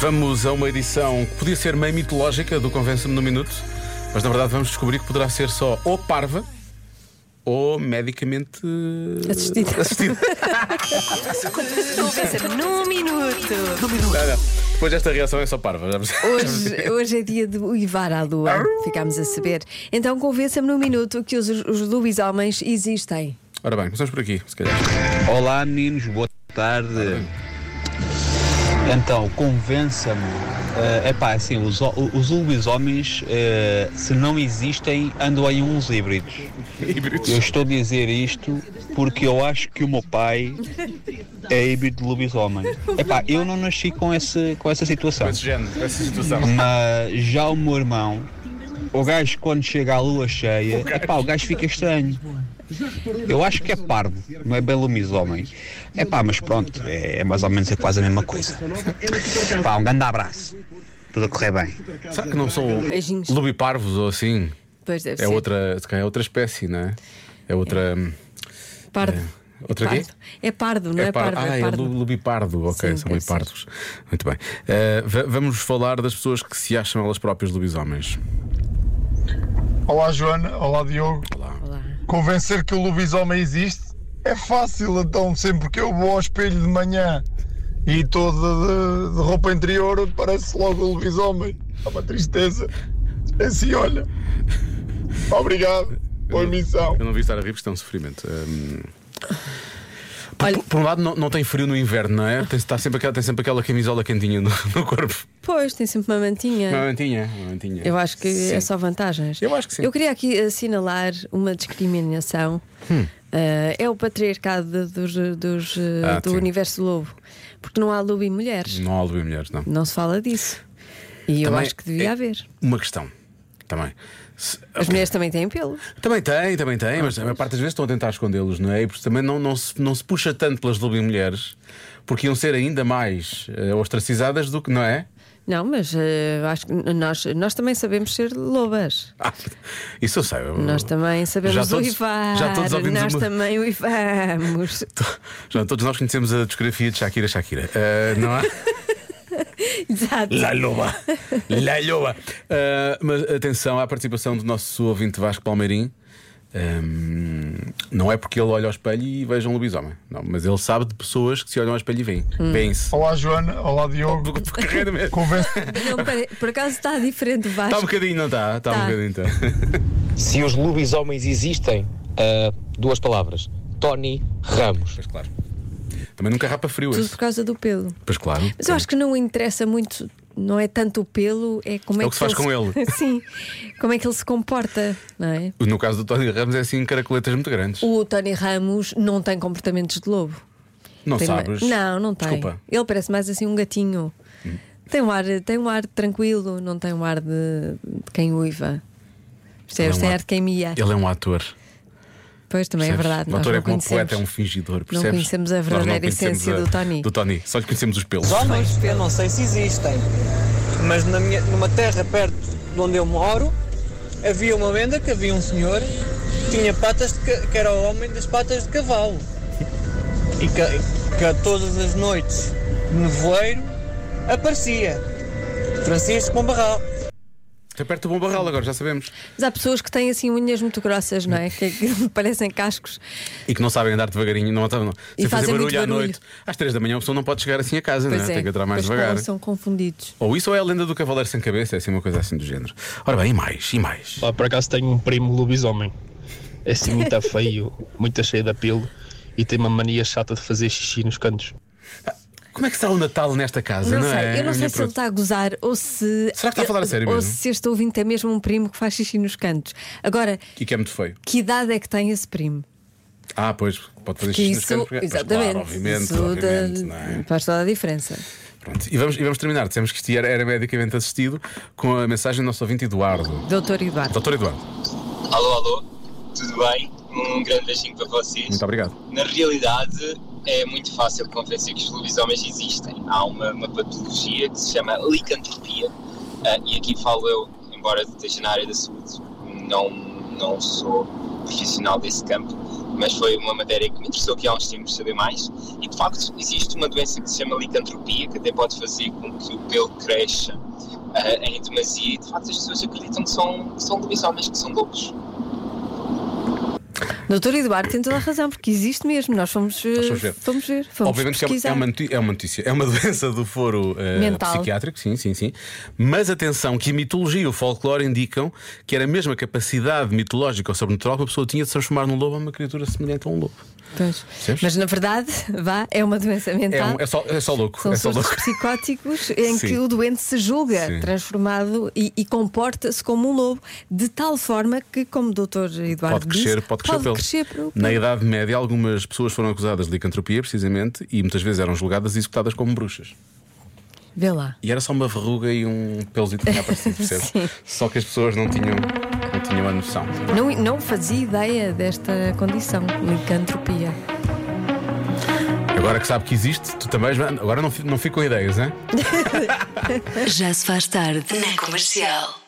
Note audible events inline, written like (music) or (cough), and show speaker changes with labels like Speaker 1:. Speaker 1: Vamos a uma edição que podia ser meio mitológica do Convença-me no Minuto, mas na verdade vamos descobrir que poderá ser só ou parva ou medicamente eh,
Speaker 2: Assistida.
Speaker 1: assistida.
Speaker 2: (laughs) Convença-me num minuto.
Speaker 1: Ah, não. Depois desta reação é só parva. já percebi.
Speaker 2: Hoje, hoje é dia de uivar à lua, ficámos a saber. Então convença-me num minuto que os, os lobisomens existem.
Speaker 1: Ora bem, começamos por aqui, se calhar.
Speaker 3: Olá meninos, boa tarde. Então, convença-me. É pá, assim, os, ho- os lobisomens, eh, se não existem, andam em uns híbridos.
Speaker 1: Híbridos.
Speaker 3: Eu estou a dizer isto porque eu acho que o meu pai é híbrido de lobisomem. É pá, eu não nasci com, esse, com essa situação.
Speaker 1: Esse género, essa situação.
Speaker 3: Mas já o meu irmão, o gajo quando chega à lua cheia, é pá, o gajo fica estranho. Eu acho que é parvo, não é bem lobisomem. É pá, mas pronto, é, é mais ou menos é quase a mesma coisa. Pá, um grande abraço. Tudo a correr bem.
Speaker 1: Será que não são
Speaker 2: Beijinhos.
Speaker 1: lobiparvos ou assim?
Speaker 2: Pois deve
Speaker 1: É
Speaker 2: ser.
Speaker 1: outra, se calhar é outra espécie, não é? É outra.
Speaker 2: Pardo.
Speaker 1: Outra quê?
Speaker 2: pardo. É pardo, não é,
Speaker 1: par-
Speaker 2: pardo.
Speaker 1: Ah,
Speaker 2: é
Speaker 1: é
Speaker 2: pardo.
Speaker 1: lu- lubipardo, ok,
Speaker 2: Sim,
Speaker 1: são
Speaker 2: deve ser.
Speaker 1: lubipardos. Muito bem. Eh, va- vamos falar das pessoas que se acham elas próprias lobisomens.
Speaker 4: Olá Joana, olá Diogo.
Speaker 2: Olá.
Speaker 4: Convencer que o lobisomem existe é fácil, então sempre que eu vou ao espelho de manhã e estou de, de- de roupa interior, parece logo o lobisomem. É uma tristeza. É assim, olha. Obrigado. Boa missão.
Speaker 1: Eu não vi estar a rir porque isto é um sofrimento. Hum, por,
Speaker 2: Olha-
Speaker 1: por um lado, não, não tem frio no inverno, não é? Tem, tá sempre aquela, tem sempre aquela camisola quentinha no, (laughs) no corpo.
Speaker 2: Pois, tem sempre uma mantinha.
Speaker 1: Uma mantinha, uma mantinha.
Speaker 2: É. Eu acho que
Speaker 1: Sim.
Speaker 2: é só vantagens.
Speaker 1: Eu acho que sim.
Speaker 2: Eu queria aqui assinalar uma discriminação.
Speaker 1: Hum.
Speaker 2: Ah, é o patriarcado de- dos, dos, ah,
Speaker 1: Ah,
Speaker 2: do
Speaker 1: sim.
Speaker 2: universo lobo. Porque não há lobo e mulheres.
Speaker 1: Não há lobby mulheres, não.
Speaker 2: Não se fala disso. E eu
Speaker 1: Também
Speaker 2: acho que devia
Speaker 1: é
Speaker 2: haver.
Speaker 1: Uma questão. Também. Se-
Speaker 2: As mulheres também têm pelo.
Speaker 1: Também tem, também tem, mas a maior parte das vezes estão a tentar escondê-los, não é? E por isso também não, não, se, não se puxa tanto pelas lobby mulheres, porque iam ser ainda mais eh, ostracizadas do que, não é? (laughs)
Speaker 2: Não, mas ah, acho que nós, nós também sabemos ser lobas.
Speaker 1: Ah, isso eu sei. eu-
Speaker 2: Nós também sabemos
Speaker 1: já todos,
Speaker 2: uivar.
Speaker 1: Já todos ouvimos
Speaker 2: nós
Speaker 1: uma- (laughs)
Speaker 2: também uivamos.
Speaker 1: (laughs) Já todos nós conhecemos a discografia de Shakira Shakira, Eh, não
Speaker 2: (laughs)
Speaker 1: é?
Speaker 2: Exato.
Speaker 1: La
Speaker 2: (laughs)
Speaker 1: Loba! La Loba! Eh, mas atenção à participação do nosso ouvinte Vasco Palmeirim. Ehm, não é porque ele olha ao espelho e veja um lobisomem, não, mas ele sabe de pessoas que se olham ao espelho e veem.
Speaker 2: Hum.
Speaker 1: Vêem-se. (laughs)
Speaker 4: Olá Joana, olá Diogo.
Speaker 1: Carreira mesmo.
Speaker 4: Convence
Speaker 2: Não, pera- por acaso está diferente, Vasco.
Speaker 1: Está um bocadinho, não está? Está um
Speaker 2: Tá.
Speaker 1: bocadinho, está.
Speaker 5: Se os lobisomens existem, ah, duas palavras: Tony Ramos.
Speaker 1: Pois claro. Também nunca rapa frio
Speaker 2: Tudo
Speaker 1: esse.
Speaker 2: por causa do pelo.
Speaker 1: Pois claro.
Speaker 2: Mas eu acho que não interessa muito, não é tanto o pelo, é como é,
Speaker 1: É o que se faz com
Speaker 2: se- (laughs) Sim, como é que ele se comporta, não é?
Speaker 1: No caso do Tony Ramos é assim caracoletas muito grandes.
Speaker 2: O Tony Ramos não tem comportamentos de lobo.
Speaker 1: Não
Speaker 2: Tem uma-
Speaker 1: sabes?
Speaker 2: Não, não tem.
Speaker 1: Desculpa.
Speaker 2: Ele parece mais assim um gatinho. Tem um ar, tem um ar tranquilo, não tem um ar de, de quem uiva.
Speaker 1: Ele é
Speaker 2: Percebes?
Speaker 1: um
Speaker 2: tem
Speaker 1: ar-
Speaker 2: ar de quem mia.
Speaker 1: Ele é um ator.
Speaker 2: Pois também
Speaker 1: percebes?
Speaker 2: é verdade.
Speaker 1: O
Speaker 2: nós
Speaker 1: ator
Speaker 2: não
Speaker 1: é como um
Speaker 2: conhecemos.
Speaker 1: poeta, é um fingidor, percebes?
Speaker 2: conhecemos a
Speaker 1: Nós
Speaker 2: verdadeira
Speaker 1: conhecemos
Speaker 2: essência
Speaker 1: a-
Speaker 2: do Tony.
Speaker 1: Do Tony. Só lhe conhecemos os pelos.
Speaker 6: Os homens, eu não sei se existem, mas na minha- numa terra perto de onde eu moro, havia uma lenda que havia um senhor que tinha patas de, ca- que era o homem das patas de cavalo. E que, que a todas as noites, no nevoeiro, aparecia Francisco Pombarral.
Speaker 1: Está perto do bom barral agora, já sabemos.
Speaker 2: Mas há pessoas que têm assim unhas muito grossas, não é? Que, que (laughs) parecem cascos.
Speaker 1: E que não sabem andar devagarinho, não, então, não,
Speaker 2: E
Speaker 1: sem fazer
Speaker 2: fazem
Speaker 1: barulho,
Speaker 2: muito
Speaker 1: à
Speaker 2: barulho.
Speaker 1: noite. Às três da manhã a pessoa não pode chegar assim a casa, não
Speaker 2: Pois
Speaker 1: é?
Speaker 2: é,
Speaker 1: Tem que entrar mais
Speaker 2: depois
Speaker 1: devagar.
Speaker 2: falam, São confundidos.
Speaker 1: Ou isso ou é a lenda do Cavaleiro Sem Cabeça, é assim uma coisa assim do género. Ora bem, e mais? E mais?
Speaker 7: Lá por acaso tenho um primo lobisomem. É assim muito feio, muito cheio de apelo e tem uma mania chata de fazer xixi nos cantos.
Speaker 1: Como é que será o Natal nesta casa?
Speaker 2: Não,
Speaker 1: Não,
Speaker 2: sei,
Speaker 1: é?
Speaker 2: eu não sei
Speaker 1: Minha
Speaker 2: se ele está a gozar ou se.
Speaker 1: Será que está a falar a sério
Speaker 2: Ou
Speaker 1: mesmo?
Speaker 2: se este ouvinte é mesmo um primo que faz xixi nos cantos. Agora,
Speaker 1: E que é muito feio.
Speaker 2: que idade é que tem esse primo?
Speaker 1: Ah, pois, pode fazer
Speaker 2: Que
Speaker 1: xixi nos
Speaker 2: isso,
Speaker 1: cantos, porque- pois,
Speaker 2: exatamente.
Speaker 1: Claro, obviamente,
Speaker 2: isso
Speaker 1: obviamente,
Speaker 2: da-
Speaker 1: não é?
Speaker 2: faz toda a diferença.
Speaker 1: Pronto, e vamos, e vamos terminar. Dissemos que isto era, era medicamente assistido com a mensagem do nosso ouvinte Eduardo.
Speaker 2: Doutor Eduardo.
Speaker 1: Doutor Eduardo,
Speaker 8: Alô, alô, tudo bem? Um grande beijinho para vocês.
Speaker 1: muito obrigado.
Speaker 8: Na realidade, é muito fácil convencer que os lobisomens existem. Há uma, uma patologia que se chama licantropia, ah, e aqui falo eu, embora esteja na área da saúde, não, não sou profissional desse campo, mas foi uma matéria que me interessou que há uns tempos saber mais. E de facto, existe uma doença que se chama licantropia, que até pode fazer com que o pelo cresça ah, em demasia. E de facto, as pessoas acreditam que são, que são lobisomens, que são lobos.
Speaker 2: Doutor Eduardo tem toda a razão, porque existe mesmo. Nós fomos, eh,
Speaker 1: fomos ver.
Speaker 2: fomos ver. Fomos
Speaker 1: Obviamente que é uma-
Speaker 2: pesquisar.
Speaker 1: é uma, noti- é uma notícia, é uma (laughs) doença do foro eh,
Speaker 2: Mental.
Speaker 1: psiquiátrico, sim, sim, sim. Mas atenção, que a mitologia e o folclore indicam que era mesmo a capacidade mitológica ou sobrenatural que a pessoa tinha de se transformar num lobo a uma criatura semelhante a um lobo.
Speaker 2: Pois.
Speaker 1: Percebes?
Speaker 2: Mas na verdade, vá, é uma doença
Speaker 1: É,
Speaker 2: mental.
Speaker 1: um- é só, é só louco.
Speaker 2: São
Speaker 1: é só
Speaker 2: surtos
Speaker 1: louco.
Speaker 2: psicóticos em
Speaker 1: Sim.
Speaker 2: que o doente se julga
Speaker 1: Sim.
Speaker 2: transformado e, e comporta-se como um lobo, de tal forma que, como o doutor Eduardo
Speaker 1: Pode crescer,
Speaker 2: disse,
Speaker 1: pode crescer, pelo.
Speaker 2: pelo-
Speaker 1: Na Idade Média, algumas pessoas foram acusadas de licantropia, precisamente, e muitas vezes eram julgadas e executadas como bruxas.
Speaker 2: Vê lá.
Speaker 1: E era só uma verruga e um pelozinho que tinha
Speaker 2: (laughs)
Speaker 1: aparecido, percebes?
Speaker 2: Sim.
Speaker 1: Só que as pessoas não tinham, não tinham a noção.
Speaker 2: Não, não fazia ideia desta condição, licantropia.
Speaker 1: Agora que sabe que existe, tu também. Joana, Agora não, fi- não fico com ideias, né?
Speaker 9: Já se faz tarde na comercial.